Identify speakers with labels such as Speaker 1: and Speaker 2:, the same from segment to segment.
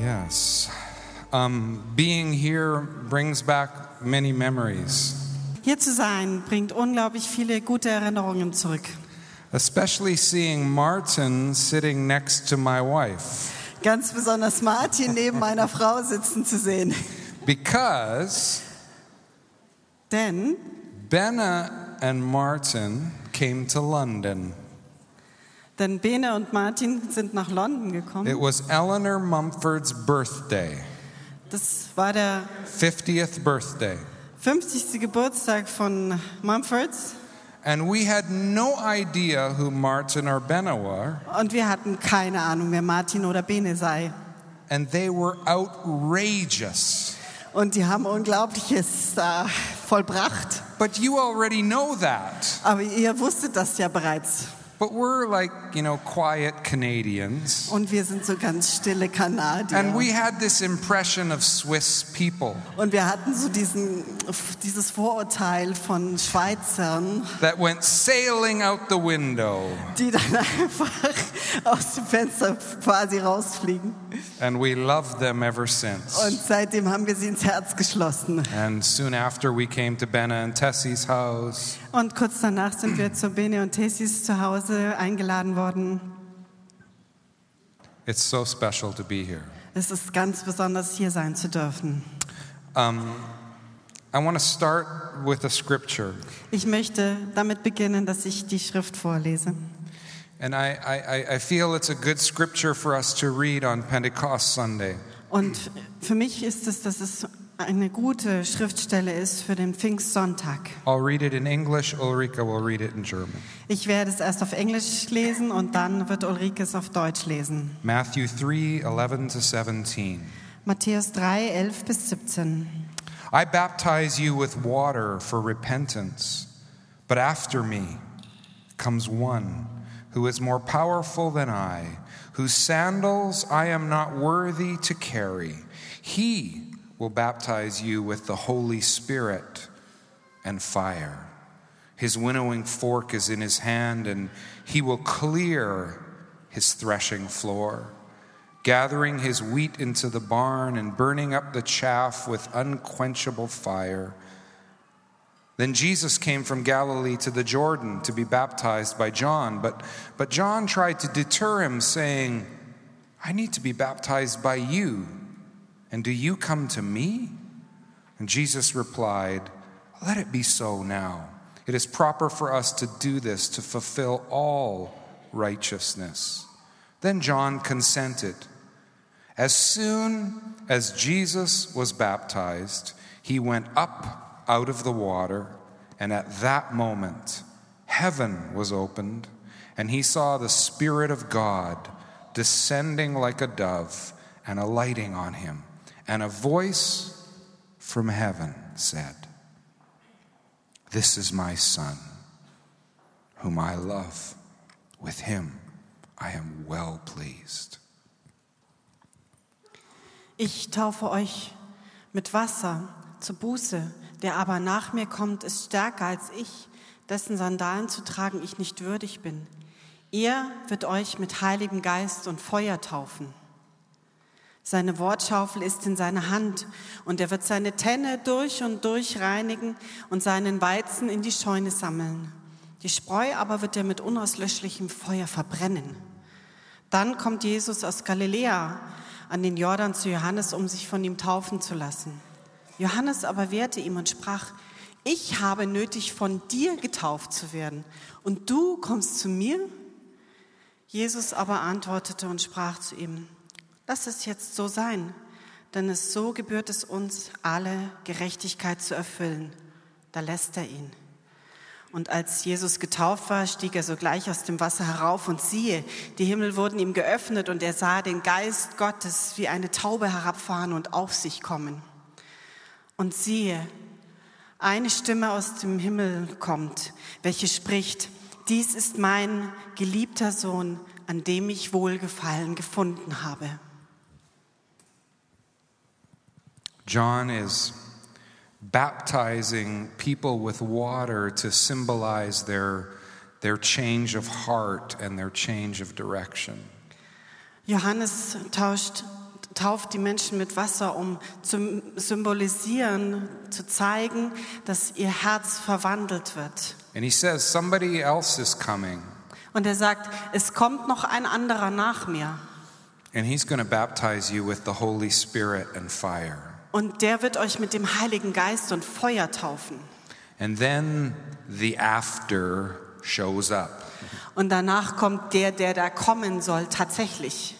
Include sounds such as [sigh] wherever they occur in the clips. Speaker 1: Yes. Um, being here brings back many memories,
Speaker 2: Hier zu sein bringt unglaublich viele gute Erinnerungen zurück.
Speaker 1: especially seeing Martin sitting next to my wife.
Speaker 2: Ganz besonders Martin neben meiner Frau sitzen zu sehen.
Speaker 1: Because
Speaker 2: Denn
Speaker 1: Benna and Martin came to London.
Speaker 2: denn Bene und Martin sind nach London
Speaker 1: It
Speaker 2: gekommen.
Speaker 1: was Eleanor Mumford's birthday,
Speaker 2: Das war der
Speaker 1: 50th birthday.
Speaker 2: 50. Geburtstag von Mumfords
Speaker 1: And we had no idea who Martin or Benna were,
Speaker 2: und wir hatten keine Ahnung, wer Martin oder Bene sei.
Speaker 1: and they were outrageous.
Speaker 2: Und die haben Unglaubliches äh, vollbracht.
Speaker 1: But you already know that.
Speaker 2: Aber ihr wusstet das ja bereits.
Speaker 1: But we're like, you know, quiet Canadians.
Speaker 2: Und wir sind so ganz stille Kanadier.
Speaker 1: And we had this impression of Swiss people
Speaker 2: Und wir hatten so diesen, dieses Vorurteil von Schweizern,
Speaker 1: that went sailing out the window.
Speaker 2: die dann [laughs] einfach aus dem Fenster quasi rausfliegen.
Speaker 1: And we loved them ever since.
Speaker 2: Und seitdem haben wir sie ins Herz geschlossen.
Speaker 1: And soon after, we came to Benna and Tessie's house.
Speaker 2: Und kurz danach sind wir zu Bene und Tessis zu Hause eingeladen worden.
Speaker 1: It's so special to be here.
Speaker 2: Es ist ganz besonders, hier sein zu dürfen.
Speaker 1: I want to start with a scripture.
Speaker 2: Ich möchte damit beginnen, dass ich die Schrift vorlese.
Speaker 1: And I, I, I- I feel it's a good scripture for us to read on Pentecost Sunday.
Speaker 2: Und für mich ist es, dass es eine gute Schriftstelle ist für den Pfingstsonntag.
Speaker 1: I'll read it in English, Ulrika will read it in German.
Speaker 2: Ich werde es erst auf Englisch lesen und dann wird Ulrike es auf Deutsch lesen.
Speaker 1: Matthew 3 11 to 17.
Speaker 2: Matthäus 3, 11 bis 17.
Speaker 1: I baptize you with water for repentance, but after me comes one who is more powerful than I, whose sandals I am not worthy to carry. He will baptize you with the Holy Spirit and fire. His winnowing fork is in his hand, and he will clear his threshing floor, gathering his wheat into the barn and burning up the chaff with unquenchable fire. Then Jesus came from Galilee to the Jordan to be baptized by John, but, but John tried to deter him, saying, I need to be baptized by you, and do you come to me? And Jesus replied, Let it be so now. It is proper for us to do this to fulfill all righteousness. Then John consented. As soon as Jesus was baptized, he went up out of the water, and at that moment, heaven was opened, and he saw the Spirit of God descending like a dove and alighting on him. And a voice from heaven said, This is my Son, whom I love. With him I am well pleased.
Speaker 2: Ich taufe euch mit Wasser zur Buße, der aber nach mir kommt, ist stärker als ich, dessen Sandalen zu tragen ich nicht würdig bin. Er wird euch mit Heiligem Geist und Feuer taufen. Seine Wortschaufel ist in seiner Hand und er wird seine Tenne durch und durch reinigen und seinen Weizen in die Scheune sammeln. Die Spreu aber wird er mit unauslöschlichem Feuer verbrennen. Dann kommt Jesus aus Galiläa an den Jordan zu Johannes, um sich von ihm taufen zu lassen. Johannes aber wehrte ihm und sprach, ich habe nötig, von dir getauft zu werden, und du kommst zu mir? Jesus aber antwortete und sprach zu ihm, lass es jetzt so sein, denn es so gebührt es uns, alle Gerechtigkeit zu erfüllen. Da lässt er ihn. Und als Jesus getauft war, stieg er sogleich aus dem Wasser herauf und siehe, die Himmel wurden ihm geöffnet und er sah den Geist Gottes wie eine Taube herabfahren und auf sich kommen. Und siehe, eine Stimme aus dem Himmel kommt, welche spricht, dies ist mein geliebter Sohn, an dem ich Wohlgefallen gefunden habe.
Speaker 1: John is baptizing people with water to symbolize their, their change of heart and their change of direction.
Speaker 2: Johannes tauscht, tauft die Menschen mit Wasser, um zu symbolisieren, zu zeigen, dass ihr Herz verwandelt wird.
Speaker 1: And he says, Somebody else is coming,
Speaker 2: Und er sagt, es kommt noch ein anderer nach mir.
Speaker 1: and he's going to baptize you with the Holy Spirit and fire.
Speaker 2: Und der wird euch mit dem Heiligen Geist und Feuer taufen.
Speaker 1: And then the after shows up
Speaker 2: Und danach kommt der, der da kommen soll, tatsächlich.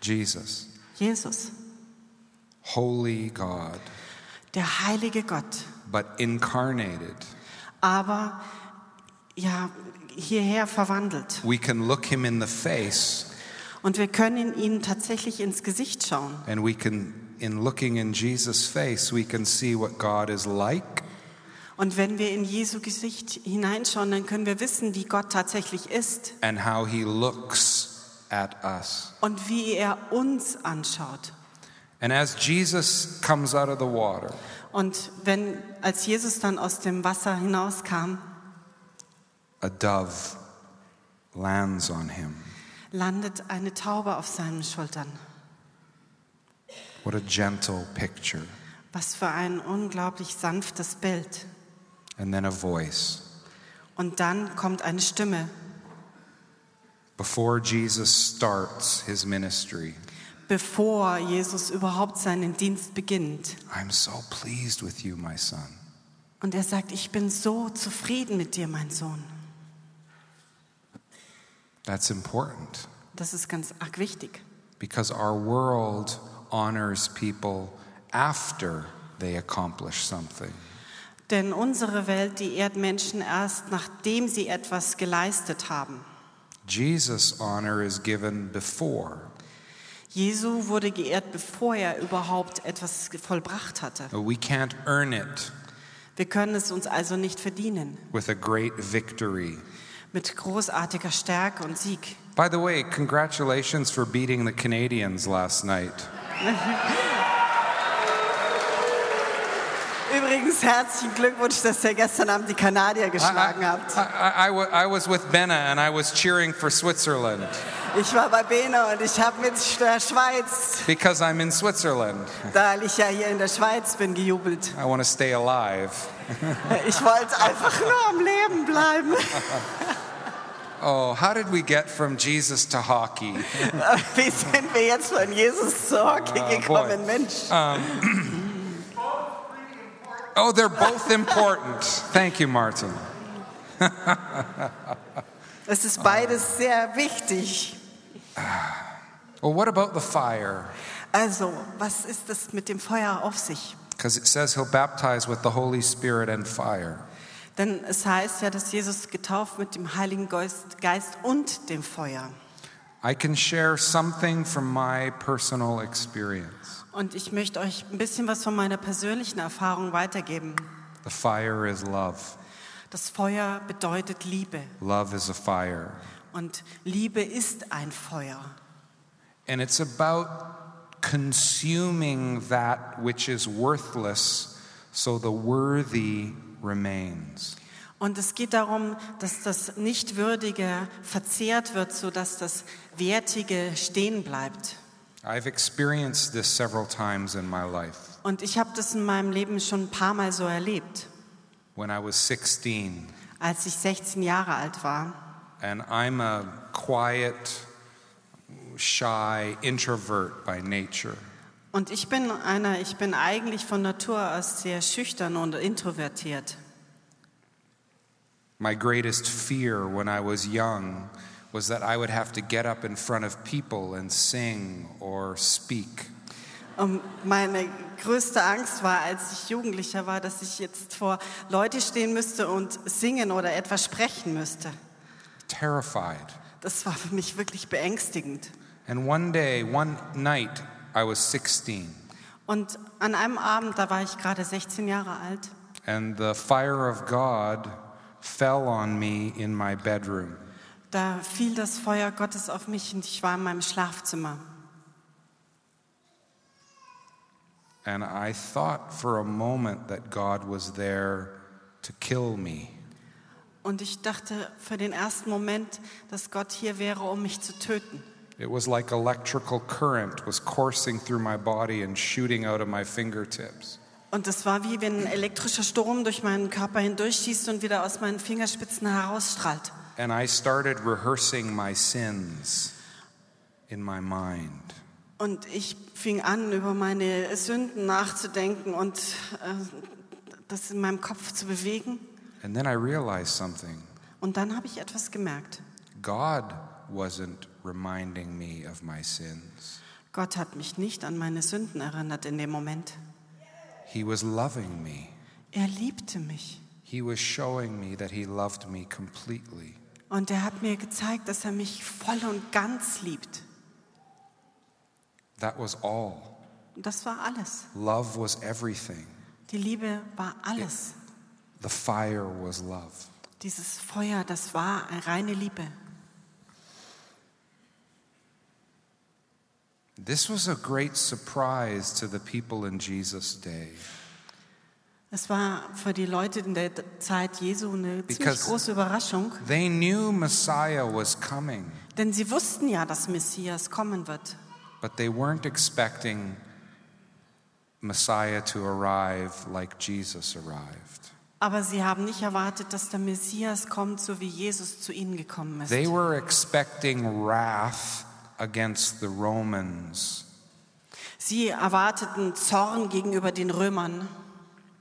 Speaker 1: Jesus,
Speaker 2: Jesus,
Speaker 1: holy God,
Speaker 2: der heilige Gott.
Speaker 1: but incarnated.
Speaker 2: Aber ja, hierher verwandelt.
Speaker 1: We can look him in the face
Speaker 2: Und wir können ihm tatsächlich ins Gesicht schauen.
Speaker 1: And we can, in looking in Jesus' face, we can see what God is like,
Speaker 2: Und wenn wir in Jesu Gesicht hineinschauen, dann können wir wissen, wie Gott tatsächlich ist
Speaker 1: and how he looks at us.
Speaker 2: und wie er uns anschaut.
Speaker 1: And as Jesus comes out of the water,
Speaker 2: Und wenn, als Jesus dann aus dem Wasser hinauskam,
Speaker 1: a dove lands on him.
Speaker 2: landet eine Taube auf seinen Schultern.
Speaker 1: What a gentle picture.
Speaker 2: Was für ein unglaublich sanftes Bild.
Speaker 1: And then a voice.
Speaker 2: Und dann kommt eine Stimme.
Speaker 1: Before Jesus starts his ministry,
Speaker 2: Bevor Jesus überhaupt seinen Dienst beginnt.
Speaker 1: I'm so pleased with you, my son.
Speaker 2: Und er sagt, ich bin so zufrieden mit dir, mein Sohn.
Speaker 1: That's important
Speaker 2: Das ist ganz arg wichtig,
Speaker 1: because our world honors people after they accomplish something.
Speaker 2: denn unsere Welt, die ehrt Menschen erst, nachdem sie etwas geleistet haben.
Speaker 1: Jesus' honor is given before.
Speaker 2: Jesu wurde geehrt, bevor er überhaupt etwas vollbracht hatte.
Speaker 1: We can't earn it
Speaker 2: Wir können es uns also nicht verdienen
Speaker 1: with a great victory.
Speaker 2: mit großartiger Stärke und Sieg.
Speaker 1: By the way, congratulations for beating the Canadians last night.
Speaker 2: Übrigens herzlichen Glückwunsch, dass ihr gestern Abend die Kanadier
Speaker 1: I,
Speaker 2: geschlagen
Speaker 1: I-
Speaker 2: habt.
Speaker 1: I- I wa- I was with Benna and I was cheering for Switzerland
Speaker 2: Ich war bei Bena und ich habe mit der Schweiz,
Speaker 1: because I'm in Switzerland.
Speaker 2: da ich ja hier in der Schweiz bin, gejubelt.
Speaker 1: I want to stay alive.
Speaker 2: Ich wollte einfach nur am Leben bleiben. [laughs]
Speaker 1: Oh, how did we get from Jesus to hockey?
Speaker 2: Wie sind wir jetzt von Jesus zu Hockey
Speaker 1: Ah,
Speaker 2: gekommen,
Speaker 1: boy.
Speaker 2: Mensch?
Speaker 1: Oh, they're both important. Thank you, Martin.
Speaker 2: Es ist beides sehr wichtig.
Speaker 1: Well, what about the fire?
Speaker 2: Also, was ist es mit dem Feuer auf sich?
Speaker 1: Because it says he'll baptize with the Holy Spirit and fire.
Speaker 2: Denn es heißt ja, dass Jesus getauft mit dem Heiligen Geist, Geist und dem Feuer.
Speaker 1: I can share something from my personal experience.
Speaker 2: Und ich möchte euch ein bisschen was von meiner persönlichen Erfahrung weitergeben.
Speaker 1: The fire is love.
Speaker 2: Das Feuer bedeutet Liebe
Speaker 1: Love is a fire.
Speaker 2: und Liebe ist ein Feuer.
Speaker 1: And it's about consuming that which is worthless so the worthy remains.
Speaker 2: Und es geht darum, dass das Nichtwürdige verzehrt wird, sodass das Wertige stehen bleibt.
Speaker 1: I've experienced this several times in my life.
Speaker 2: Und ich habe das in meinem Leben schon ein paar Mal so erlebt,
Speaker 1: When I was 16,
Speaker 2: als ich 16 Jahre alt war.
Speaker 1: and I'm a quiet, shy introvert by nature.
Speaker 2: Und ich bin einer, ich bin eigentlich von Natur aus sehr schüchtern und introvertiert.
Speaker 1: My greatest fear when I was young was that I would have to get up in front of people and sing or speak.
Speaker 2: Und meine größte Angst war, als ich Jugendlicher war, dass ich jetzt vor Leute stehen müsste und singen oder etwas sprechen müsste.
Speaker 1: terrified.
Speaker 2: Das war für mich wirklich beängstigend.
Speaker 1: And one day, one night, I was 16,
Speaker 2: Und an einem Abend, da war ich gerade 16 Jahre alt,
Speaker 1: and the fire of God fell on me in my bedroom.
Speaker 2: da fiel das Feuer Gottes auf mich und ich war in meinem Schlafzimmer.
Speaker 1: And I thought for a moment that God was there to kill me.
Speaker 2: Und ich dachte für den ersten Moment, dass Gott hier wäre, um mich zu töten.
Speaker 1: It was like electrical current was coursing through my body and shooting out of my fingertips.
Speaker 2: Und das war wie wenn ein elektrischer Sturm durch meinen Körper hindurchschießt und wieder aus meinen Fingerspitzen herausstrahlt.
Speaker 1: And I started rehearsing my sins in my mind.
Speaker 2: Und ich fing an, über meine Sünden nachzudenken und äh, das in meinem Kopf zu bewegen.
Speaker 1: And then I realized something
Speaker 2: Und dann habe ich etwas gemerkt.
Speaker 1: God wasn't reminding me of my sins,
Speaker 2: Gott hat mich nicht an meine Sünden erinnert in dem Moment.
Speaker 1: He was loving me.
Speaker 2: Er liebte mich
Speaker 1: He was showing me that He loved me completely.
Speaker 2: und er hat mir gezeigt, dass er mich voll und ganz liebt.
Speaker 1: That was all.
Speaker 2: Und das war alles.
Speaker 1: Love was everything.
Speaker 2: Die Liebe war alles.
Speaker 1: The fire was love.
Speaker 2: Dieses Feuer, das war reine Liebe.
Speaker 1: This was a great surprise to the people in Jesus' day
Speaker 2: Es war für die Leute in der Zeit Jesu eine ziemlich
Speaker 1: Because-
Speaker 2: große Überraschung,
Speaker 1: They knew Messiah was coming,
Speaker 2: denn sie wussten ja, dass Messias kommen wird.
Speaker 1: but they weren't expecting Messiah to arrive like Jesus arrived.
Speaker 2: Aber sie haben nicht erwartet, dass der Messias kommt, so wie Jesus zu ihnen gekommen ist.
Speaker 1: They were expecting wrath against the Romans,
Speaker 2: Sie erwarteten Zorn gegenüber den Römern.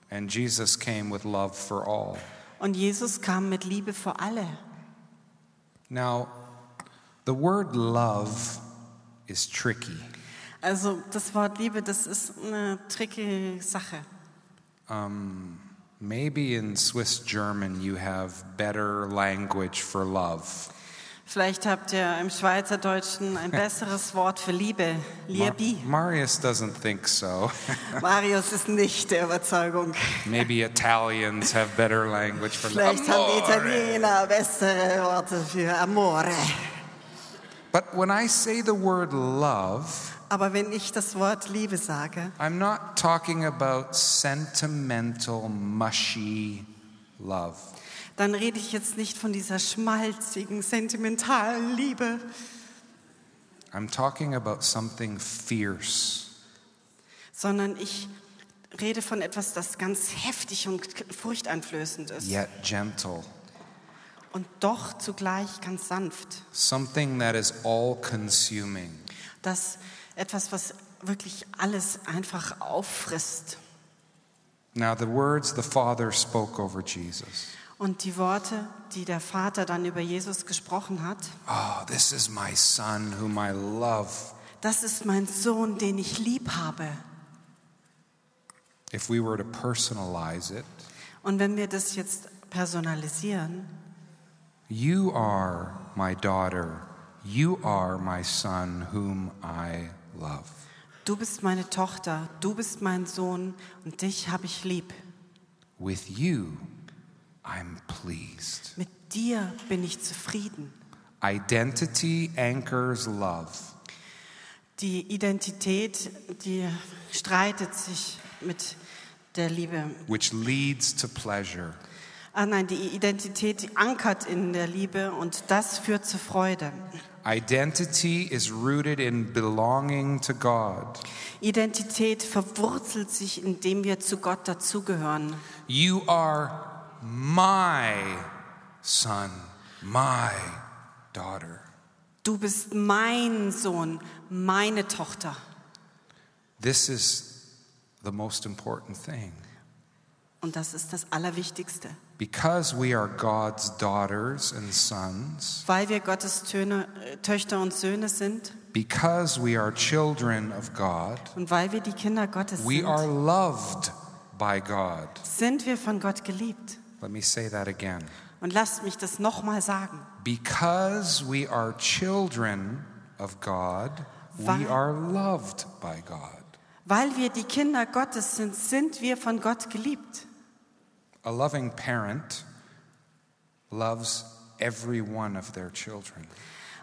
Speaker 1: and Jesus came with love for all.
Speaker 2: Und Jesus kam mit Liebe für alle.
Speaker 1: Now, the word love is tricky.
Speaker 2: Also das Wort Liebe, das ist eine trickige Sache.
Speaker 1: Um, maybe in Swiss German you have better language for love.
Speaker 2: Vielleicht habt ihr im Schweizerdeutschen
Speaker 1: [laughs]
Speaker 2: ein besseres Wort für Liebe,
Speaker 1: Mar-
Speaker 2: Liebi.
Speaker 1: Marius doesn't think so. [laughs]
Speaker 2: Marius ist nicht der Überzeugung.
Speaker 1: maybe Italians have better language for love.
Speaker 2: Vielleicht haben die
Speaker 1: Amore.
Speaker 2: Italiener bessere Worte für Amore.
Speaker 1: But when I say the word love,
Speaker 2: Aber wenn ich das Wort Liebe sage,
Speaker 1: I'm not talking about sentimental, mushy love.
Speaker 2: dann rede ich jetzt nicht von dieser schmalzigen, sentimentalen Liebe.
Speaker 1: I'm talking about something fierce,
Speaker 2: sondern ich rede von etwas, das ganz heftig und furchteinflößend ist
Speaker 1: yet gentle.
Speaker 2: und doch zugleich ganz sanft.
Speaker 1: Something that is all consuming.
Speaker 2: Das etwas, was wirklich alles einfach auffrisst.
Speaker 1: Now, the words the Father spoke over Jesus
Speaker 2: Und die Worte, die der Vater dann über Jesus gesprochen hat,
Speaker 1: Oh, this is my Son whom I love.
Speaker 2: das ist mein Sohn, den ich lieb habe.
Speaker 1: If we were to personalize it,
Speaker 2: Und wenn wir das jetzt personalisieren,
Speaker 1: you are my daughter. You are my son whom I love.
Speaker 2: du bist meine Tochter, du bist mein Sohn und dich habe ich lieb.
Speaker 1: With you, I'm pleased.
Speaker 2: Mit dir bin ich zufrieden.
Speaker 1: Identity anchors love.
Speaker 2: Die Identität, die streitet sich mit der Liebe.
Speaker 1: which leads to pleasure.
Speaker 2: Ah nein, die Identität die ankert in der Liebe und das führt zu Freude.
Speaker 1: Identity is rooted in belonging to God.
Speaker 2: Identität verwurzelt sich, indem wir zu Gott dazugehören.
Speaker 1: You are my son, my daughter.
Speaker 2: Du bist mein Sohn, meine Tochter.
Speaker 1: This is the most important thing
Speaker 2: Und das ist das Allerwichtigste,
Speaker 1: Because we are God's daughters and sons,
Speaker 2: weil wir Gottes Töne, äh, Töchter und Söhne sind
Speaker 1: because we are children of God,
Speaker 2: und weil wir die Kinder Gottes
Speaker 1: we are
Speaker 2: sind,
Speaker 1: loved by God.
Speaker 2: sind wir von Gott geliebt.
Speaker 1: Let me say that again.
Speaker 2: Und lasst mich das nochmal sagen.
Speaker 1: Because we are children of God, we
Speaker 2: Weil-
Speaker 1: are loved by God.
Speaker 2: Weil wir die Kinder Gottes sind, sind wir von Gott geliebt.
Speaker 1: A loving parent loves every one of their children.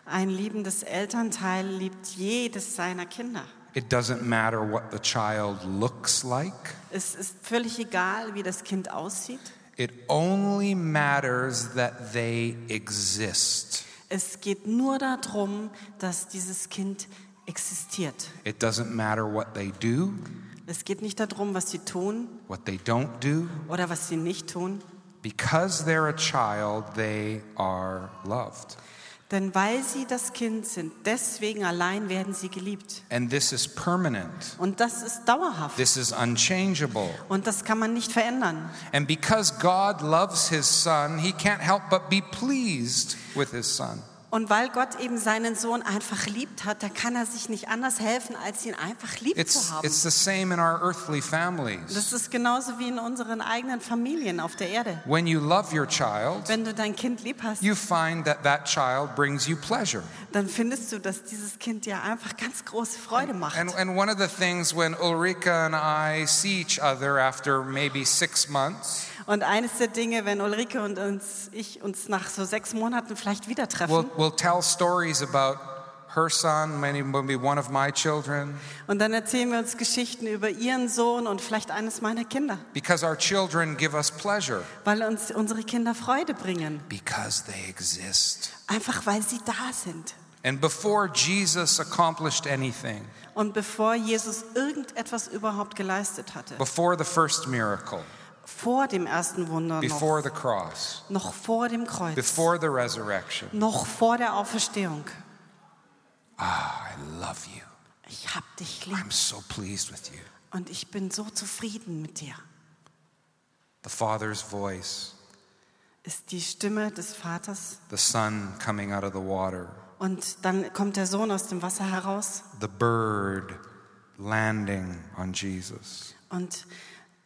Speaker 2: Ein liebendes Elternteil liebt jedes seiner Kinder.
Speaker 1: It doesn't matter what the child looks like,
Speaker 2: Es ist völlig egal, wie das Kind aussieht.
Speaker 1: it only matters that they exist.
Speaker 2: Es geht nur darum, dass dieses Kind existiert.
Speaker 1: It doesn't matter what they do,
Speaker 2: Es geht nicht darum, was sie tun
Speaker 1: what they don't do.
Speaker 2: oder was sie nicht tun.
Speaker 1: Because they're a child, they are loved.
Speaker 2: Denn weil sie das Kind sind, deswegen allein werden sie geliebt.
Speaker 1: And this is permanent,
Speaker 2: Und das ist dauerhaft.
Speaker 1: this is unchangeable.
Speaker 2: Und das kann man nicht verändern.
Speaker 1: And because God loves his son, he can't help but be pleased with his son.
Speaker 2: Und weil Gott eben seinen Sohn einfach liebt hat, da kann er sich nicht anders helfen, als ihn einfach lieb
Speaker 1: It's,
Speaker 2: zu haben.
Speaker 1: it's the same in our earthly families.
Speaker 2: Das ist genauso wie in unseren eigenen Familien auf der Erde.
Speaker 1: When you love your child,
Speaker 2: Wenn du dein Kind lieb hast,
Speaker 1: you find that that child brings you pleasure.
Speaker 2: dann findest du, dass dieses Kind dir einfach ganz große Freude macht.
Speaker 1: And, and one of the things when Ulrika and I see each other after maybe six months,
Speaker 2: Und eines der Dinge, wenn Ulrike und uns, ich uns nach so sechs Monaten vielleicht wieder treffen
Speaker 1: we'll, we'll tell stories about her son, maybe, maybe one of my children,
Speaker 2: und dann erzählen wir uns Geschichten über ihren Sohn und vielleicht eines meiner Kinder,
Speaker 1: because our children give us pleasure,
Speaker 2: weil uns unsere Kinder Freude bringen,
Speaker 1: because they exist.
Speaker 2: einfach weil sie da sind.
Speaker 1: And before Jesus accomplished anything,
Speaker 2: Und bevor Jesus irgendetwas überhaupt geleistet hatte,
Speaker 1: before the first miracle,
Speaker 2: vor dem ersten Wunder noch,
Speaker 1: before the cross,
Speaker 2: noch vor dem Kreuz,
Speaker 1: before the resurrection,
Speaker 2: noch vor der Auferstehung,
Speaker 1: ah, I love you.
Speaker 2: ich hab dich lieb
Speaker 1: I'm so pleased with you.
Speaker 2: und ich bin so zufrieden mit dir,
Speaker 1: The Father's voice,
Speaker 2: ist die Stimme des Vaters.
Speaker 1: the Son coming out of the water,
Speaker 2: Und dann kommt der Sohn aus dem Wasser heraus
Speaker 1: the bird landing on Jesus,
Speaker 2: und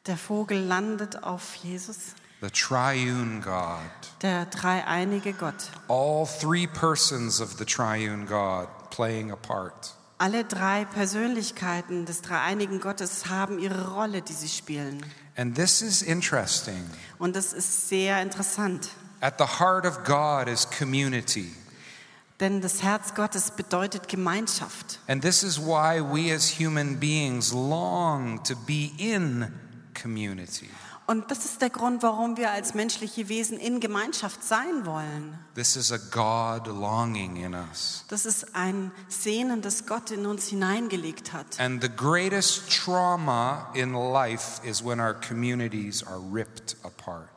Speaker 2: der Vogel landet auf Jesus,
Speaker 1: the triune God,
Speaker 2: der dreieinige Gott.
Speaker 1: all three persons of the triune God playing a part.
Speaker 2: Alle drei Persönlichkeiten des dreieinigen Gottes haben ihre Rolle, die sie spielen.
Speaker 1: And this is interesting.
Speaker 2: Und das ist sehr interessant,
Speaker 1: At the heart of God is community.
Speaker 2: denn das Herz Gottes bedeutet Gemeinschaft.
Speaker 1: And this is why we as human beings long to be in community.
Speaker 2: Und das ist der Grund, warum wir als menschliche Wesen in Gemeinschaft sein wollen.
Speaker 1: This is a God longing in us.
Speaker 2: Das ist ein Sehnen, das Gott in uns hineingelegt hat.
Speaker 1: And the greatest trauma in life is when our communities are ripped apart.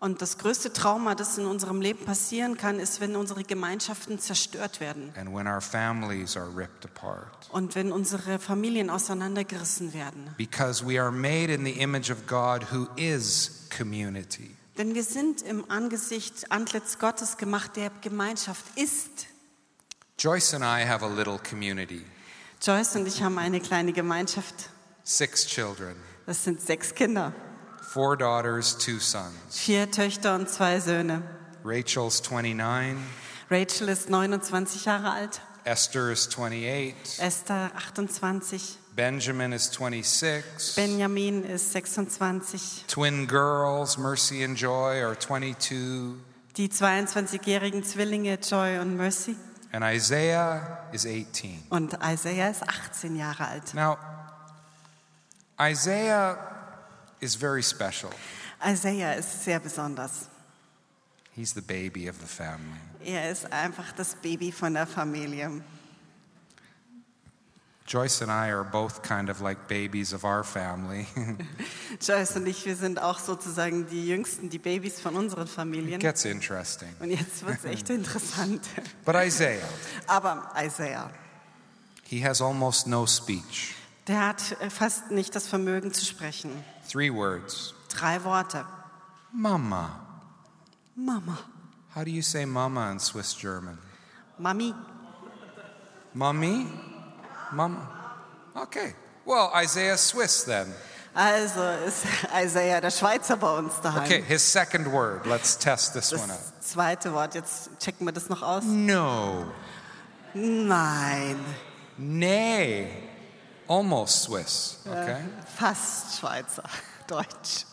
Speaker 2: Und das größte Trauma, das in unserem Leben passieren kann, ist, wenn unsere Gemeinschaften zerstört werden
Speaker 1: and when our families are ripped apart.
Speaker 2: und wenn unsere Familien auseinandergerissen werden.
Speaker 1: Because we are made in the image of God who is community.
Speaker 2: Denn wir sind im Angesicht, Antlitz Gottes gemacht, der Gemeinschaft ist.
Speaker 1: Joyce and I have a little community,
Speaker 2: Joyce und ich haben eine kleine Gemeinschaft.
Speaker 1: six children,
Speaker 2: Das sind sechs Kinder,
Speaker 1: four daughters, two sons.
Speaker 2: vier Töchter und zwei Söhne.
Speaker 1: Rachel's 29,
Speaker 2: Rachel ist 29 Jahre alt,
Speaker 1: Esther is 28,
Speaker 2: Esther 28,
Speaker 1: Benjamin is 26.
Speaker 2: Benjamin ist 26.
Speaker 1: Twin girls, Mercy and Joy, are 22,
Speaker 2: Die 22-jährigen Zwillinge Joy und Mercy
Speaker 1: and Isaiah is 18.
Speaker 2: Und Isaiah ist 18 Jahre alt.
Speaker 1: Now, Isaiah is very special.
Speaker 2: Isaiah ist sehr besonders.
Speaker 1: He's the baby of the family.
Speaker 2: Er ist einfach das Baby von der Familie.
Speaker 1: Joyce and I are both kind of like babies of our family. [laughs]
Speaker 2: Joyce und ich, wir sind auch sozusagen die Jüngsten, die Babys von unseren
Speaker 1: it
Speaker 2: Familien.
Speaker 1: gets interesting.
Speaker 2: Und jetzt wird es echt interessant.
Speaker 1: But Isaiah,
Speaker 2: Aber Isaiah,
Speaker 1: he has almost no speech.
Speaker 2: der hat äh, fast nicht das Vermögen zu sprechen.
Speaker 1: Three words
Speaker 2: Drei Worte.
Speaker 1: Mama.
Speaker 2: Mama.
Speaker 1: How do you say mama in Swiss German?
Speaker 2: Mami.
Speaker 1: Mommy? Mama? Okay. Well, Isaiah's Swiss then.
Speaker 2: Also ist [laughs] Isaiah der Schweizer bei uns daheim.
Speaker 1: Okay, his second word. Let's test this one out.
Speaker 2: Das zweite Wort, jetzt checken wir das noch aus.
Speaker 1: No.
Speaker 2: Nein,
Speaker 1: Nay. Almost Swiss. Okay.
Speaker 2: fast Schweizer, [laughs] Deutsch.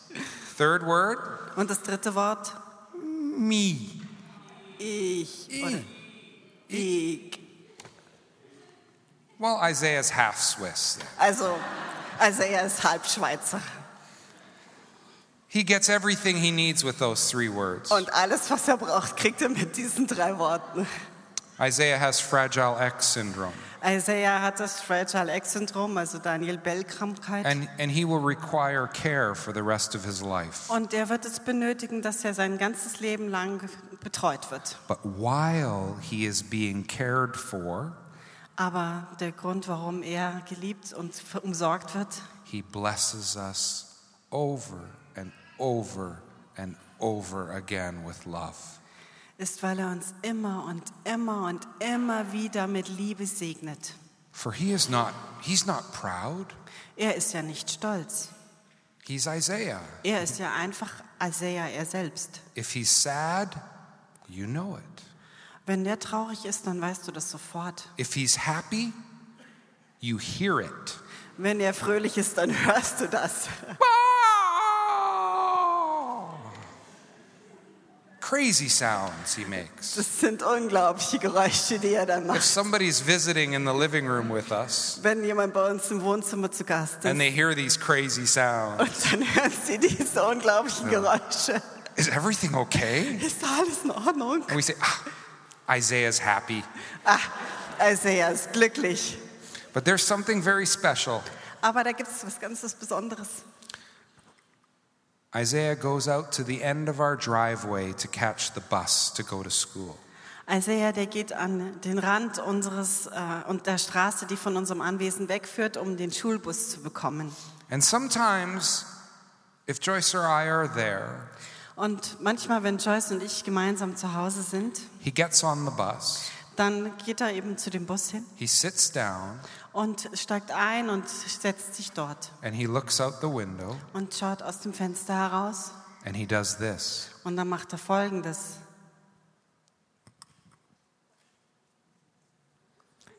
Speaker 1: Third word.
Speaker 2: Und das dritte Wort?
Speaker 1: Me.
Speaker 2: Ich. Oder? Ich.
Speaker 1: Well, Isaiah's half Swiss.
Speaker 2: Also, also er ist Halbschweizer.
Speaker 1: He gets everything he needs with those three words.
Speaker 2: Und alles, was er braucht, kriegt er mit diesen drei Worten.
Speaker 1: Isaiah has Fragile X syndrome,
Speaker 2: Isaiah Also hat das Fragile X-Syndrom, also Daniel-Bell-Krankheit.
Speaker 1: and, and he will require care for the rest of his life.
Speaker 2: Und er wird es benötigen, dass er sein ganzes Leben lang betreut wird.
Speaker 1: But while he is being cared for,
Speaker 2: Aber der Grund, warum er geliebt und ver- umsorgt wird,
Speaker 1: he blesses us over and over and over again with love.
Speaker 2: ist, weil er uns immer und immer und immer wieder mit Liebe segnet.
Speaker 1: For he is not, he's not proud.
Speaker 2: Er ist ja nicht stolz.
Speaker 1: He's Isaiah.
Speaker 2: Er ist ja einfach Isaiah, er selbst.
Speaker 1: If he's sad, you know it.
Speaker 2: Wenn der traurig ist, dann weißt du das sofort.
Speaker 1: If he's happy, you hear it.
Speaker 2: Wenn er fröhlich ist, dann hörst du das.
Speaker 1: Crazy sounds he makes.
Speaker 2: Das sind unglaubliche Geräusche, die er dann
Speaker 1: If
Speaker 2: macht.
Speaker 1: somebody's visiting in the living room with us
Speaker 2: Wenn jemand bei uns im Wohnzimmer zu Gast ist
Speaker 1: and they hear these crazy sounds,
Speaker 2: und dann hören sie diese unglaublichen Geräusche.
Speaker 1: is everything okay?
Speaker 2: Ist alles in Ordnung?
Speaker 1: And we say, ah, Isaiah's happy.
Speaker 2: Ah, Isaiah ist glücklich.
Speaker 1: But there's something very special.
Speaker 2: Aber da gibt es was ganz Besonderes.
Speaker 1: Isaiah goes out to the end of our driveway to catch the bus to go to school.
Speaker 2: Isaiah, der geht an den Rand unseres äh, und der Straße, die von unserem Anwesen wegführt, um den Schulbus zu bekommen.
Speaker 1: And sometimes, if Joyce or I are there,
Speaker 2: Und manchmal, wenn Joyce und ich gemeinsam zu Hause sind,
Speaker 1: he gets on the bus,
Speaker 2: dann geht er eben zu dem Bus hin
Speaker 1: he sits down,
Speaker 2: und steigt ein und setzt sich dort
Speaker 1: and he looks out the window,
Speaker 2: und schaut aus dem Fenster heraus
Speaker 1: and he does this.
Speaker 2: und dann macht er Folgendes.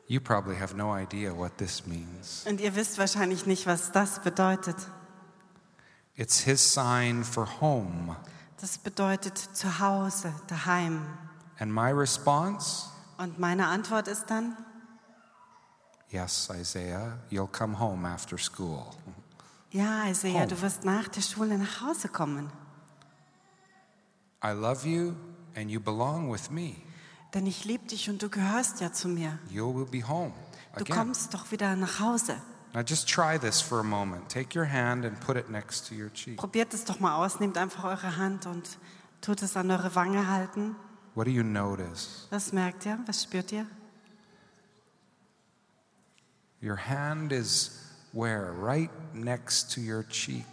Speaker 1: You probably have no idea what this means.
Speaker 2: Und ihr wisst wahrscheinlich nicht, was das bedeutet.
Speaker 1: It's his sign for home.
Speaker 2: Das bedeutet zu Hause, daheim.
Speaker 1: And my response
Speaker 2: Und meine Antwort ist dann,
Speaker 1: yes, Isaiah, you'll come home after school.
Speaker 2: ja, Isaiah,
Speaker 1: Home.
Speaker 2: du wirst nach der Schule nach Hause kommen,
Speaker 1: I love you, and you belong with me.
Speaker 2: denn ich liebe dich und du gehörst ja zu mir.
Speaker 1: You will be home
Speaker 2: Du
Speaker 1: again.
Speaker 2: kommst doch wieder nach Hause.
Speaker 1: Now just try this for a moment. Take your hand and put it next to your cheek.
Speaker 2: Probiert es doch mal aus, nehmt einfach eure Hand und tut es an eure Wange halten.
Speaker 1: What do you notice?
Speaker 2: Was merkt ihr? Was spürt ihr?
Speaker 1: Your hand is where? Right next to your cheek.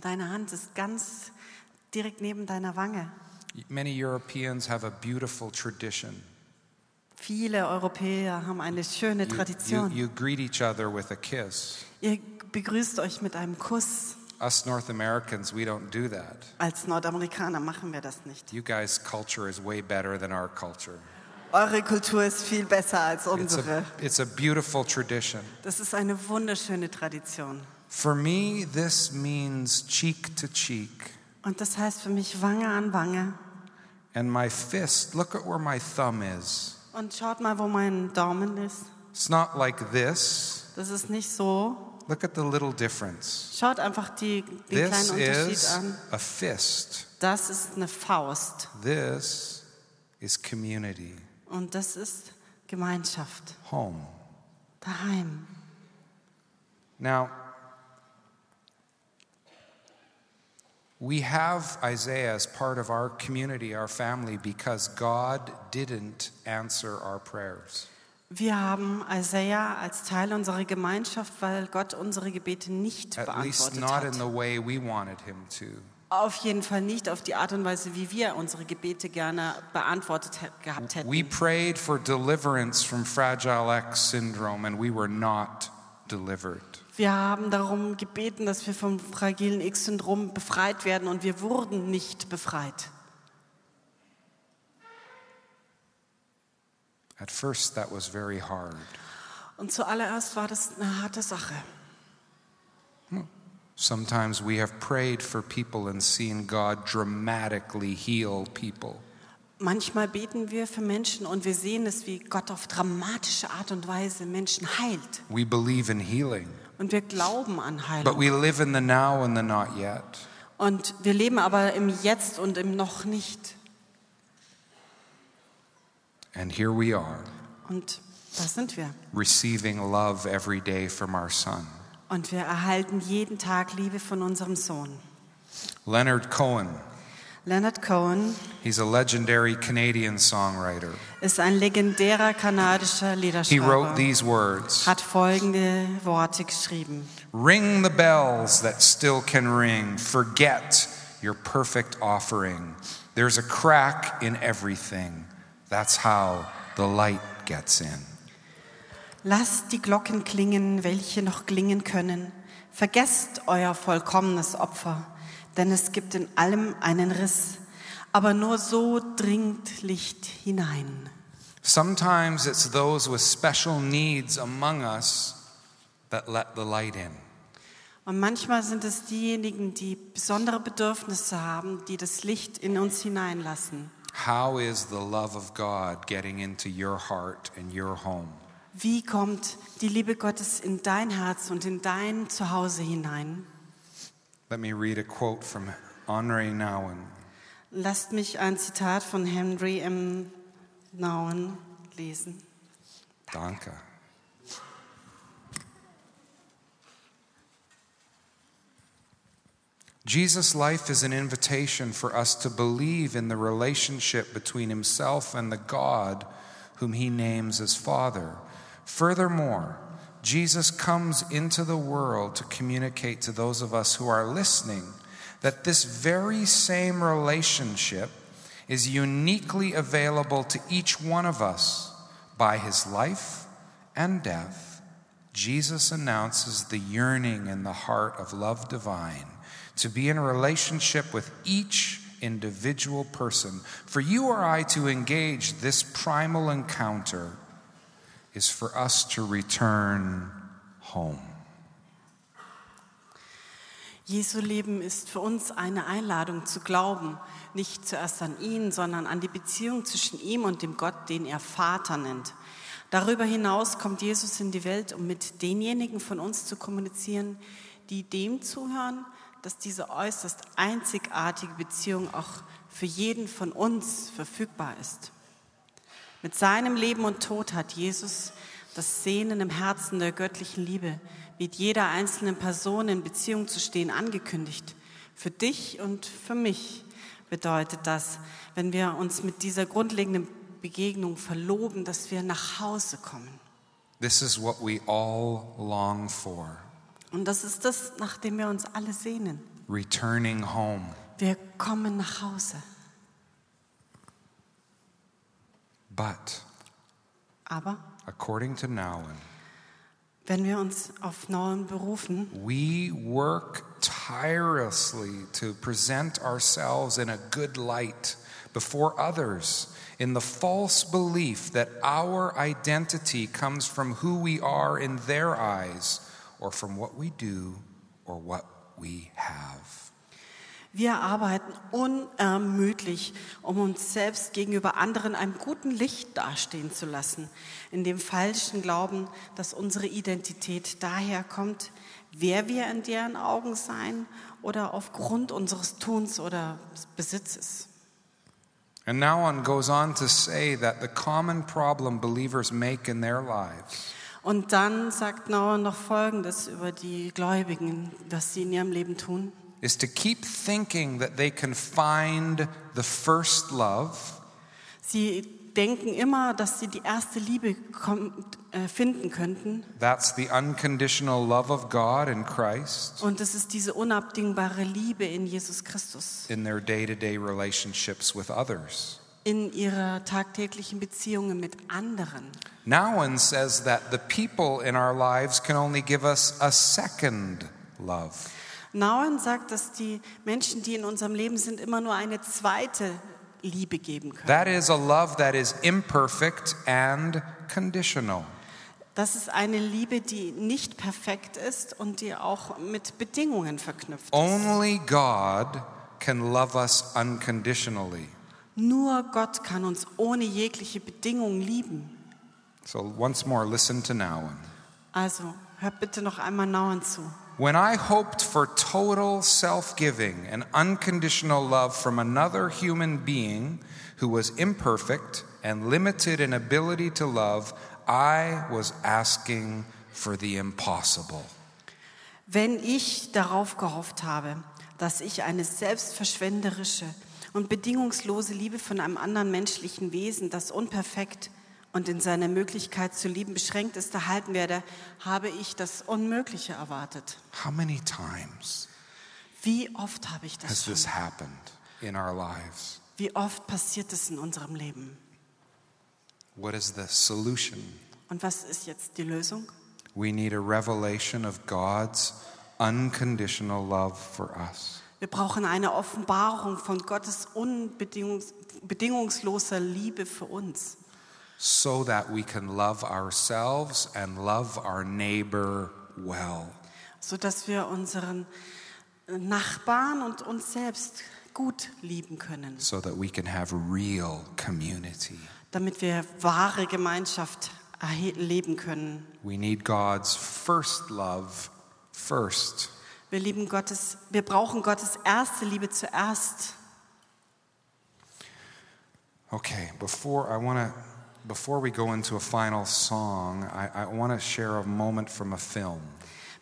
Speaker 2: Deine Hand ist ganz direkt neben deiner Wange.
Speaker 1: Many Europeans have a beautiful tradition.
Speaker 2: Viele Europäer haben eine schöne
Speaker 1: You-
Speaker 2: Tradition.
Speaker 1: you, you greet each other with a kiss.
Speaker 2: Ihr begrüßt euch mit einem Kuss.
Speaker 1: Us North Americans, we don't do that.
Speaker 2: Als Nordamerikaner machen wir das nicht.
Speaker 1: You guys' culture is way better than our culture.
Speaker 2: Eure Kultur ist viel besser als
Speaker 1: It's
Speaker 2: unsere.
Speaker 1: a, it's a beautiful tradition.
Speaker 2: Das ist eine wunderschöne Tradition.
Speaker 1: For me, this means cheek to cheek.
Speaker 2: Und das heißt für mich Wange an Wange.
Speaker 1: And my fist, look at where my thumb is.
Speaker 2: Und schaut mal, wo mein Daumen ist.
Speaker 1: It's not like this.
Speaker 2: Das ist nicht so.
Speaker 1: Look at the little difference.
Speaker 2: Schaut einfach die, den
Speaker 1: This
Speaker 2: kleinen Unterschied
Speaker 1: is
Speaker 2: an.
Speaker 1: a fist.
Speaker 2: Das ist eine Faust.
Speaker 1: This is community,
Speaker 2: Und das ist Gemeinschaft.
Speaker 1: home.
Speaker 2: Daheim.
Speaker 1: Now, we have Isaiah as part of our community, our family, because God didn't answer our prayers.
Speaker 2: Wir haben Isaiah als Teil unserer Gemeinschaft, weil Gott unsere Gebete nicht
Speaker 1: At least
Speaker 2: beantwortet
Speaker 1: not in
Speaker 2: hat.
Speaker 1: the way we wanted him to.
Speaker 2: Auf jeden Fall nicht auf die Art und Weise, wie wir unsere Gebete gerne beantwortet hä- gehabt hätten.
Speaker 1: We prayed for deliverance from Fragile X syndrome, and we were not delivered.
Speaker 2: Wir haben darum gebeten, dass wir vom fragilen X-Syndrom befreit werden und wir wurden nicht befreit.
Speaker 1: At first, that was very hard.
Speaker 2: Und zuallererst war das eine harte Sache.
Speaker 1: Sometimes we have prayed for people and seen God dramatically heal people.
Speaker 2: Manchmal beten wir für Menschen und wir sehen es, wie Gott auf dramatische Art und Weise Menschen heilt.
Speaker 1: We believe in healing,
Speaker 2: Und wir glauben an
Speaker 1: but
Speaker 2: Heilung.
Speaker 1: we live in the now and the not yet.
Speaker 2: Und wir leben aber im Jetzt und im Noch nicht.
Speaker 1: And here we are,
Speaker 2: Und da sind wir.
Speaker 1: receiving love every day from our son.
Speaker 2: Und wir erhalten jeden Tag Liebe von unserem Sohn.
Speaker 1: Leonard Cohen,
Speaker 2: Leonard Cohen
Speaker 1: he's a legendary Canadian songwriter.
Speaker 2: ist ein legendärer kanadischer
Speaker 1: He wrote
Speaker 2: Liederschreiber.
Speaker 1: these words.
Speaker 2: Hat folgende Worte geschrieben.
Speaker 1: Ring the bells that still can ring. Forget your perfect offering. There's a crack in everything. That's how the light gets in.
Speaker 2: Lasst die Glocken klingen, welche noch klingen können. Vergesst euer vollkommenes Opfer, denn es gibt in allem einen Riss. Aber nur so dringt Licht hinein.
Speaker 1: Sometimes it's those with special needs among us that let the light in.
Speaker 2: Und manchmal sind es diejenigen, die besondere Bedürfnisse haben, die das Licht in uns hineinlassen.
Speaker 1: How is the love of God getting into your heart and your home?
Speaker 2: Wie kommt die Liebe Gottes in dein Herz und in dein Zuhause hinein?
Speaker 1: Let me read a quote from Henri Nouwen.
Speaker 2: Lasst mich ein Zitat von Henry M. Nouwen lesen.
Speaker 1: Danke. Jesus' life is an invitation for us to believe in the relationship between himself and the God whom he names as Father. Furthermore, Jesus comes into the world to communicate to those of us who are listening that this very same relationship is uniquely available to each one of us by his life and death. Jesus announces the yearning in the heart of love divine to be in relationship with each individual person. For you or I to engage this primal encounter is for us to return home.
Speaker 2: Jesu Leben ist für uns eine Einladung zu glauben, nicht zuerst an ihn, sondern an die Beziehung zwischen ihm und dem Gott, den er Vater nennt. Darüber hinaus kommt Jesus in die Welt, um mit denjenigen von uns zu kommunizieren, die dem zuhören, dass diese äußerst einzigartige Beziehung auch für jeden von uns verfügbar ist. Mit seinem Leben und Tod hat Jesus das Sehnen im Herzen der göttlichen Liebe, mit jeder einzelnen Person in Beziehung zu stehen, angekündigt. Für dich und für mich bedeutet das, wenn wir uns mit dieser grundlegenden Begegnung verloben, dass wir nach Hause kommen.
Speaker 1: This is what we all long for
Speaker 2: Und das ist das, nach dem wir uns alle sehnen.
Speaker 1: returning home.
Speaker 2: Wir kommen nach Hause.
Speaker 1: But
Speaker 2: Aber
Speaker 1: according to Nouwen,
Speaker 2: wenn wir uns auf Neuen berufen,
Speaker 1: We work tirelessly to present ourselves in a good light before others in the false belief that our identity comes from who we are in their eyes or from what we do or what we have.
Speaker 2: Wir arbeiten unermüdlich, um uns selbst gegenüber anderen einem guten Licht dastehen zu lassen, in dem falschen Glauben, dass unsere Identität daher kommt, wer wir in deren Augen sein oder aufgrund unseres Tuns oder Besitzes.
Speaker 1: And now on goes on to say that the common problem believers make in their lives
Speaker 2: Und dann sagt Noah noch Folgendes über die Gläubigen, was sie in ihrem Leben tun.
Speaker 1: is to keep thinking that they can find the first love
Speaker 2: Sie denken immer, dass sie die erste Liebe kommt, äh, finden könnten.
Speaker 1: That's the unconditional love of God in Christ
Speaker 2: Und es ist diese unabdingbare Liebe in Jesus Christus,
Speaker 1: in their day to day relationships with others.
Speaker 2: in ihrer tagtäglichen Beziehungen mit anderen.
Speaker 1: Nouwen says that the people in our lives can only give us a second love.
Speaker 2: Nauen sagt, dass die Menschen, die in unserem Leben sind, immer nur eine zweite Liebe geben können.
Speaker 1: That is a love that is imperfect and conditional.
Speaker 2: Das ist eine Liebe, die nicht perfekt ist und die auch mit Bedingungen verknüpft ist.
Speaker 1: Only God can love us unconditionally.
Speaker 2: Nur Gott kann uns ohne jegliche Bedingung lieben.
Speaker 1: So, once more, listen to Nouwen.
Speaker 2: Also hört bitte noch einmal Nauen zu.
Speaker 1: When I hoped for total self giving and unconditional love from another human being who was imperfect and limited in ability to love, I was asking for the impossible.
Speaker 2: Wenn ich darauf gehofft habe, dass ich eine selbstverschwenderische und bedingungslose Liebe von einem anderen menschlichen Wesen, das unperfekt und in seiner Möglichkeit zu lieben beschränkt ist, erhalten werde, habe ich das Unmögliche erwartet.
Speaker 1: How many times
Speaker 2: Wie oft habe ich das
Speaker 1: has
Speaker 2: schon?
Speaker 1: this happened in our lives?
Speaker 2: Wie oft passiert es in unserem Leben?
Speaker 1: What is the solution?
Speaker 2: Und was ist jetzt die Lösung?
Speaker 1: We need a revelation of God's unconditional love for us.
Speaker 2: Wir brauchen eine Offenbarung von Gottes unbedingungsloser Liebe für uns,
Speaker 1: so that we can love ourselves and love our neighbor well.
Speaker 2: sodass wir unseren Nachbarn und uns selbst gut lieben können,
Speaker 1: So that we can have real community.
Speaker 2: damit wir wahre Gemeinschaft erhe- leben können.
Speaker 1: We need God's first love first.
Speaker 2: Wir, lieben Gottes, wir brauchen Gottes erste Liebe zuerst.
Speaker 1: Okay, before I want to. Before we go into a final song, I, I want to share a moment from a film.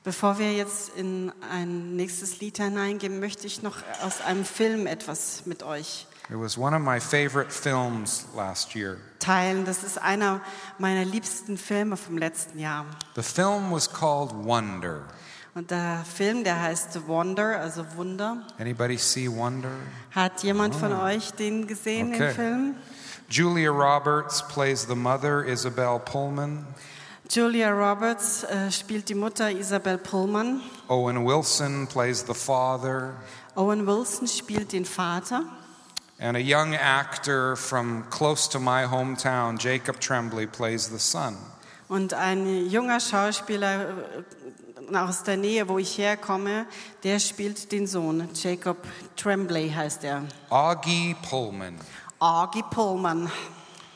Speaker 2: Bevor wir jetzt in ein nächstes Lied hineingehen, möchte ich noch aus einem Film etwas mit euch
Speaker 1: It was one of my favorite films last year.
Speaker 2: teilen. Das ist einer meiner liebsten Filme vom letzten Jahr.
Speaker 1: The film was called Wonder.
Speaker 2: Und der Film, der heißt The Wonder, also Wunder.
Speaker 1: Anybody see Wonder?
Speaker 2: Hat jemand von euch den gesehen,
Speaker 1: Okay.
Speaker 2: den Film?
Speaker 1: Julia Roberts plays the mother, Isabel Pullman.
Speaker 2: Julia Roberts äh, spielt die Mutter Isabel Pullman.
Speaker 1: Owen Wilson plays the father,
Speaker 2: Owen Wilson spielt den Vater.
Speaker 1: and a young actor from close to my hometown, Jacob Tremblay, plays the son.
Speaker 2: Und ein junger Schauspieler äh, aus der Nähe, wo ich herkomme, der spielt den Sohn. Jacob Tremblay heißt er.
Speaker 1: Augie Pullman.
Speaker 2: Augie Pullman.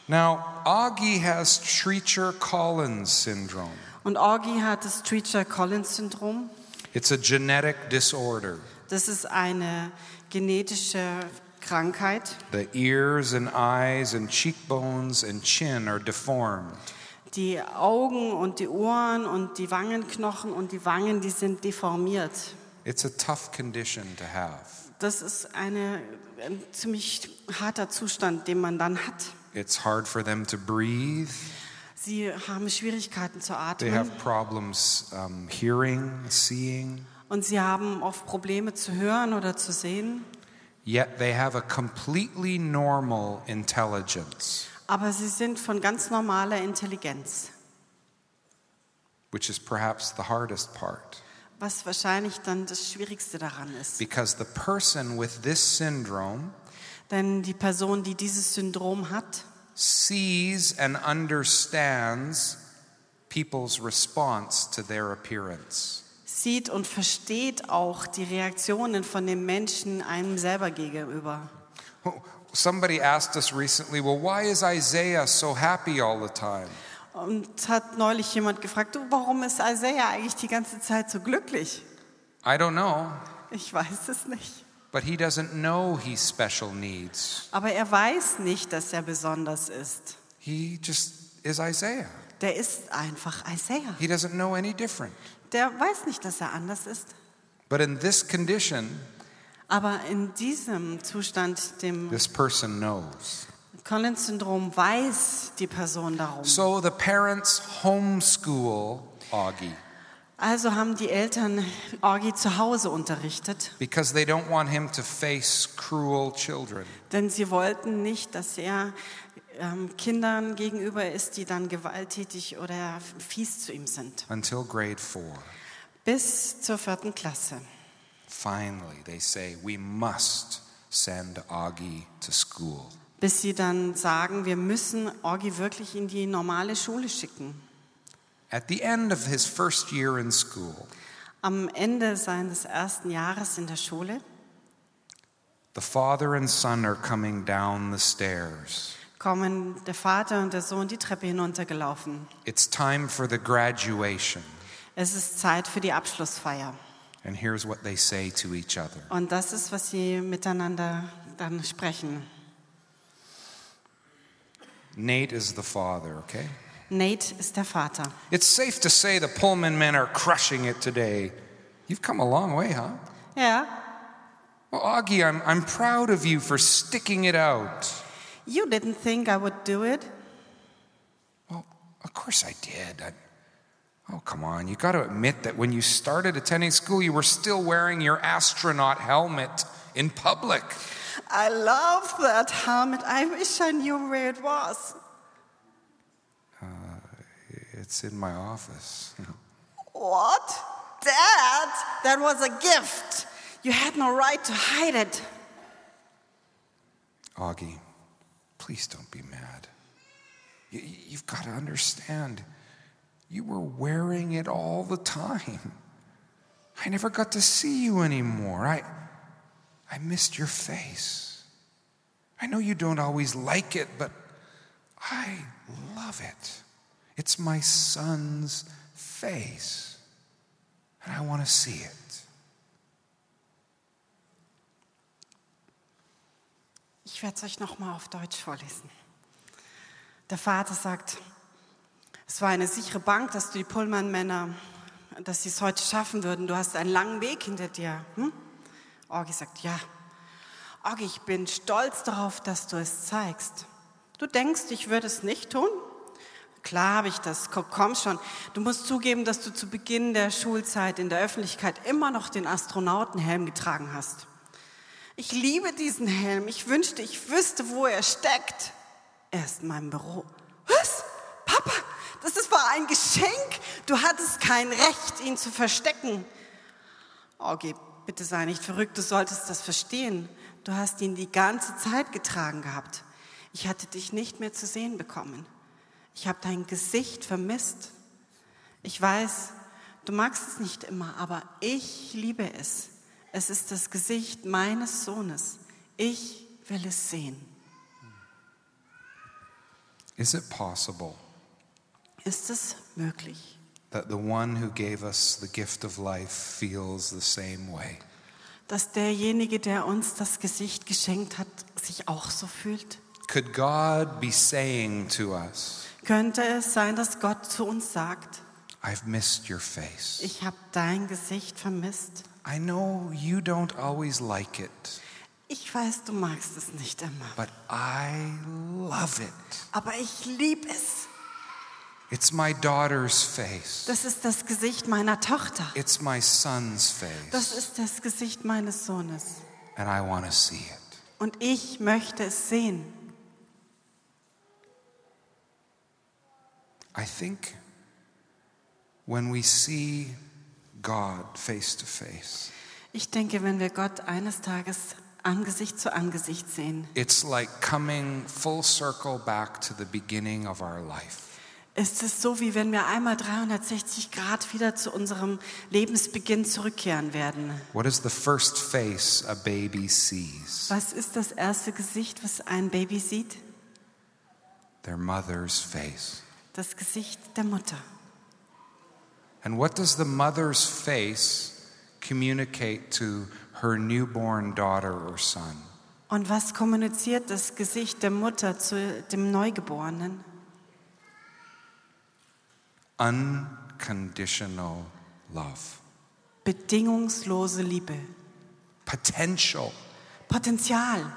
Speaker 1: Now, Augie has Treacher Collins syndrome.
Speaker 2: Und Augie hat das Treacher-Collins-Syndrom.
Speaker 1: It's a genetic disorder.
Speaker 2: Das ist eine genetische Krankheit.
Speaker 1: The ears and eyes and cheekbones and chin are deformed.
Speaker 2: Die Augen und die Ohren und die Wangenknochen und die Wangen, die sind deformiert.
Speaker 1: It's a tough condition to have.
Speaker 2: Das ist eine, ein ziemlich harter Zustand, den man dann hat.
Speaker 1: It's hard for them to breathe.
Speaker 2: Sie haben Schwierigkeiten zu
Speaker 1: They
Speaker 2: atmen
Speaker 1: have problems um, hearing, seeing.
Speaker 2: und sie haben oft Probleme zu hören oder zu sehen.
Speaker 1: Yet they have a completely normal intelligence,
Speaker 2: Aber sie sind von ganz normaler Intelligenz,
Speaker 1: which is perhaps the hardest part.
Speaker 2: was wahrscheinlich dann das Schwierigste daran ist.
Speaker 1: Because the person with this syndrome
Speaker 2: Denn die Person, die dieses Syndrom hat,
Speaker 1: sees and understands people's response to their appearance.
Speaker 2: sieht und versteht auch die Reaktionen von den Menschen einem selber gegenüber.
Speaker 1: Oh, Somebody asked us recently, well, why is Isaiah so happy all the time?
Speaker 2: Und hat neulich jemand gefragt, du, warum ist Isaiah eigentlich die ganze Zeit so glücklich?
Speaker 1: I don't know,
Speaker 2: Ich weiß es nicht.
Speaker 1: but he doesn't know he's special needs.
Speaker 2: Aber er weiß nicht, dass er besonders ist.
Speaker 1: He just is Isaiah.
Speaker 2: Der ist einfach Isaiah.
Speaker 1: He doesn't know any different.
Speaker 2: Der weiß nicht, dass er anders ist.
Speaker 1: But in this condition,
Speaker 2: Aber in diesem Zustand, dem
Speaker 1: This person knows.
Speaker 2: Collins-Syndrom weiß die Person darum.
Speaker 1: So the parents homeschool Augie
Speaker 2: Also haben die Eltern Orgi zu Hause unterrichtet,
Speaker 1: because they don't want him to face cruel children.
Speaker 2: denn sie wollten nicht, dass er ähm, Kindern gegenüber ist, die dann gewalttätig oder fies zu ihm sind.
Speaker 1: Until grade four,
Speaker 2: Bis zur vierten Klasse.
Speaker 1: finally, they say, We must send Augie to school.
Speaker 2: Bis sie dann sagen, wir müssen Orgi wirklich in die normale Schule schicken.
Speaker 1: At the end of his first year in school,
Speaker 2: Am Ende seines ersten Jahres in der Schule
Speaker 1: the father and son are coming down the stairs.
Speaker 2: kommen der Vater und der Sohn die Treppe hinuntergelaufen.
Speaker 1: It's time for the graduation.
Speaker 2: Es ist Zeit für die Abschlussfeier.
Speaker 1: And here's what they say to each other
Speaker 2: Und das ist, was sie miteinander dann sprechen.
Speaker 1: Nate is the father, okay?
Speaker 2: Nate ist der Vater.
Speaker 1: It's safe to say the Pullman men are crushing it today. You've come a long way, huh?
Speaker 2: Ja.
Speaker 1: Well, Augie, I'm, I'm proud of you for sticking it out.
Speaker 2: You didn't think I would do it.
Speaker 1: Well, of course I did. I, oh, come on. You got to admit that when you started attending school, you were still wearing your astronaut helmet in public.
Speaker 2: I love that helmet. I wish I knew where it was.
Speaker 1: It's in my office. [laughs]
Speaker 2: What? Dad, that was a gift. You had no right to hide it.
Speaker 1: Augie, please don't be mad. You, you've got to understand, you were wearing it all the time. I never got to see you anymore. I, I missed your face. I know you don't always like it, but I love it. It's my son's face, and I want to see it.
Speaker 2: Ich werde es euch nochmal auf Deutsch vorlesen. Der Vater sagt, es war eine sichere Bank, dass du die Pullman-Männer, dass sie es heute schaffen würden. Du hast einen langen Weg hinter dir. Hm? Orgi sagt, ja. Orgi, ich bin stolz darauf, dass du es zeigst. Du denkst, ich würde es nicht tun? Klar habe ich das. Ko- Komm schon. Du musst zugeben, dass du zu Beginn der Schulzeit in der Öffentlichkeit immer noch den Astronautenhelm getragen hast. Ich liebe diesen Helm. Ich wünschte, ich wüsste, wo er steckt. Er ist in meinem Büro. Was? Papa, das ist war ein Geschenk. Du hattest kein Recht, ihn zu verstecken. Okay, bitte sei nicht verrückt. Du solltest das verstehen. Du hast ihn die ganze Zeit getragen gehabt. Ich hatte dich nicht mehr zu sehen bekommen. Ich habe dein Gesicht vermisst. Ich weiß, du magst es nicht immer, aber ich liebe es. Es ist das Gesicht meines Sohnes. Ich will es sehen.
Speaker 1: Is it possible
Speaker 2: Ist es möglich,
Speaker 1: that the one who gave us the gift of life feels the same way?
Speaker 2: dass derjenige, der uns das Gesicht geschenkt hat, sich auch so fühlt?
Speaker 1: Could God be saying to us,
Speaker 2: Könnte es sein, dass Gott zu uns sagt,
Speaker 1: I've missed your face?
Speaker 2: ich habe dein Gesicht vermisst?
Speaker 1: I know you don't always like it,
Speaker 2: Ich weiß, du magst es nicht immer,
Speaker 1: but I love it.
Speaker 2: aber ich liebe es.
Speaker 1: It's my daughter's face.
Speaker 2: Das ist das Gesicht meiner Tochter.
Speaker 1: It's my son's
Speaker 2: Das
Speaker 1: face.
Speaker 2: ist das Gesicht meines Sohnes.
Speaker 1: And I want to see it.
Speaker 2: Und ich möchte es sehen.
Speaker 1: I think when we see God face to face,
Speaker 2: Ich denke, wenn wir Gott eines Tages Angesicht zu Angesicht sehen,
Speaker 1: it's like coming full circle back to the beginning of our life.
Speaker 2: ist es so, wie wenn wir einmal 360 Grad wieder zu unserem Lebensbeginn zurückkehren werden.
Speaker 1: What is the first face a baby sees?
Speaker 2: Was ist das erste Gesicht, was ein Baby sieht?
Speaker 1: Their mother's face.
Speaker 2: Das Gesicht der Mutter.
Speaker 1: And what does the mother's face communicate to her newborn daughter or son?
Speaker 2: Und was kommuniziert das Gesicht der Mutter zu dem Neugeborenen?
Speaker 1: Unconditional love,
Speaker 2: Bedingungslose Liebe.
Speaker 1: potential,
Speaker 2: Potenzial.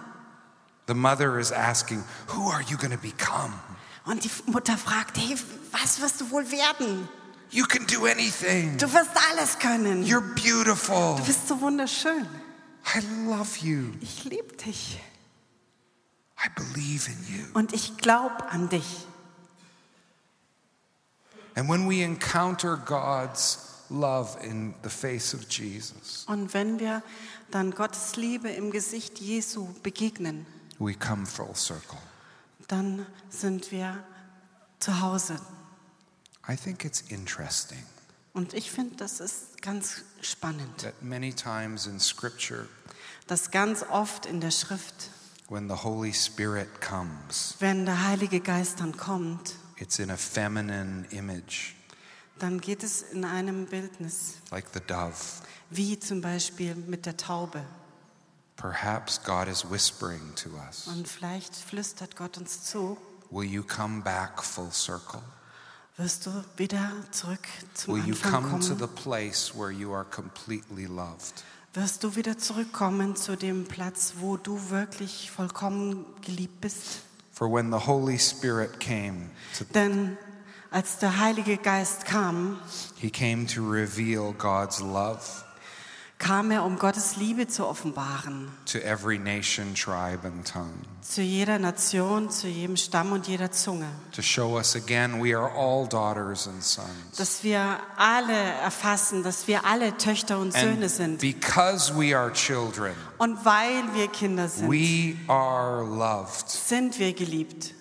Speaker 1: The mother is asking, Who are you going to become?
Speaker 2: Und die Mutter fragt, hey, was wirst du wohl werden?
Speaker 1: You can do anything.
Speaker 2: Du wirst alles können. Du
Speaker 1: You're beautiful.
Speaker 2: bist so wunderschön.
Speaker 1: I love you.
Speaker 2: Ich liebe dich.
Speaker 1: I believe in you.
Speaker 2: Und ich glaube an dich.
Speaker 1: And when we encounter God's love in the face of Jesus,
Speaker 2: Und wenn wir dann Gottes Liebe im Gesicht Jesu begegnen,
Speaker 1: we come full circle.
Speaker 2: dann sind wir zu Hause.
Speaker 1: I think it's interesting
Speaker 2: Und ich finde, das ist ganz spannend,
Speaker 1: that many times in Scripture,
Speaker 2: dass ganz oft in der Schrift,
Speaker 1: when the Holy Spirit comes,
Speaker 2: wenn der Heilige Geist dann kommt,
Speaker 1: it's in a feminine image,
Speaker 2: dann geht es in einem Bildnis,
Speaker 1: like the dove.
Speaker 2: wie zum Beispiel mit der Taube.
Speaker 1: Perhaps God is whispering to us,
Speaker 2: Und vielleicht flüstert Gott uns zu,
Speaker 1: Will you come back full circle?
Speaker 2: wirst du wieder zurück zum
Speaker 1: Will you
Speaker 2: Anfang
Speaker 1: come to
Speaker 2: kommen,
Speaker 1: the place where you are completely loved?
Speaker 2: wirst du wieder zurückkommen zu dem Platz, wo du wirklich vollkommen geliebt bist.
Speaker 1: For when the Holy Spirit came, to,
Speaker 2: Denn als der Heilige Geist kam,
Speaker 1: he came to reveal God's love
Speaker 2: kam er, um Gottes Liebe zu offenbaren.
Speaker 1: to every nation, tribe, and tongue,
Speaker 2: Zu jeder Nation, zu jedem Stamm und jeder Zunge.
Speaker 1: to show us again we are all daughters and sons.
Speaker 2: Dass wir alle erfassen, dass wir alle Töchter und Söhne
Speaker 1: And
Speaker 2: sind.
Speaker 1: because we are children,
Speaker 2: Und weil wir Kinder sind,
Speaker 1: we are loved.
Speaker 2: sind wir geliebt.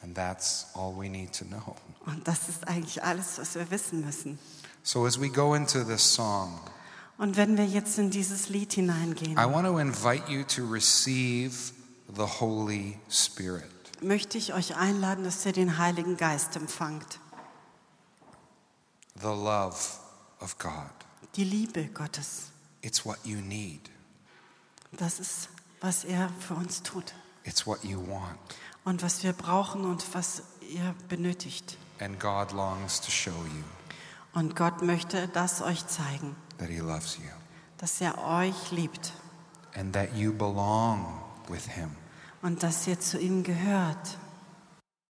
Speaker 1: And that's all we need to know.
Speaker 2: Und das ist eigentlich alles, was wir wissen müssen.
Speaker 1: So as we go into this song,
Speaker 2: Und wenn wir jetzt in dieses Lied hineingehen,
Speaker 1: I want to invite you to receive the Holy Spirit.
Speaker 2: möchte ich euch einladen, dass ihr den Heiligen Geist empfangt.
Speaker 1: the love of God.
Speaker 2: Die Liebe Gottes.
Speaker 1: It's what you need,
Speaker 2: Das ist, was er für uns tut.
Speaker 1: it's what you want,
Speaker 2: und was wir brauchen und was ihr benötigt.
Speaker 1: and God longs to show you
Speaker 2: Und Gott möchte das euch zeigen,
Speaker 1: that He loves you
Speaker 2: dass er euch liebt
Speaker 1: and that you belong with Him
Speaker 2: und dass ihr zu ihm gehört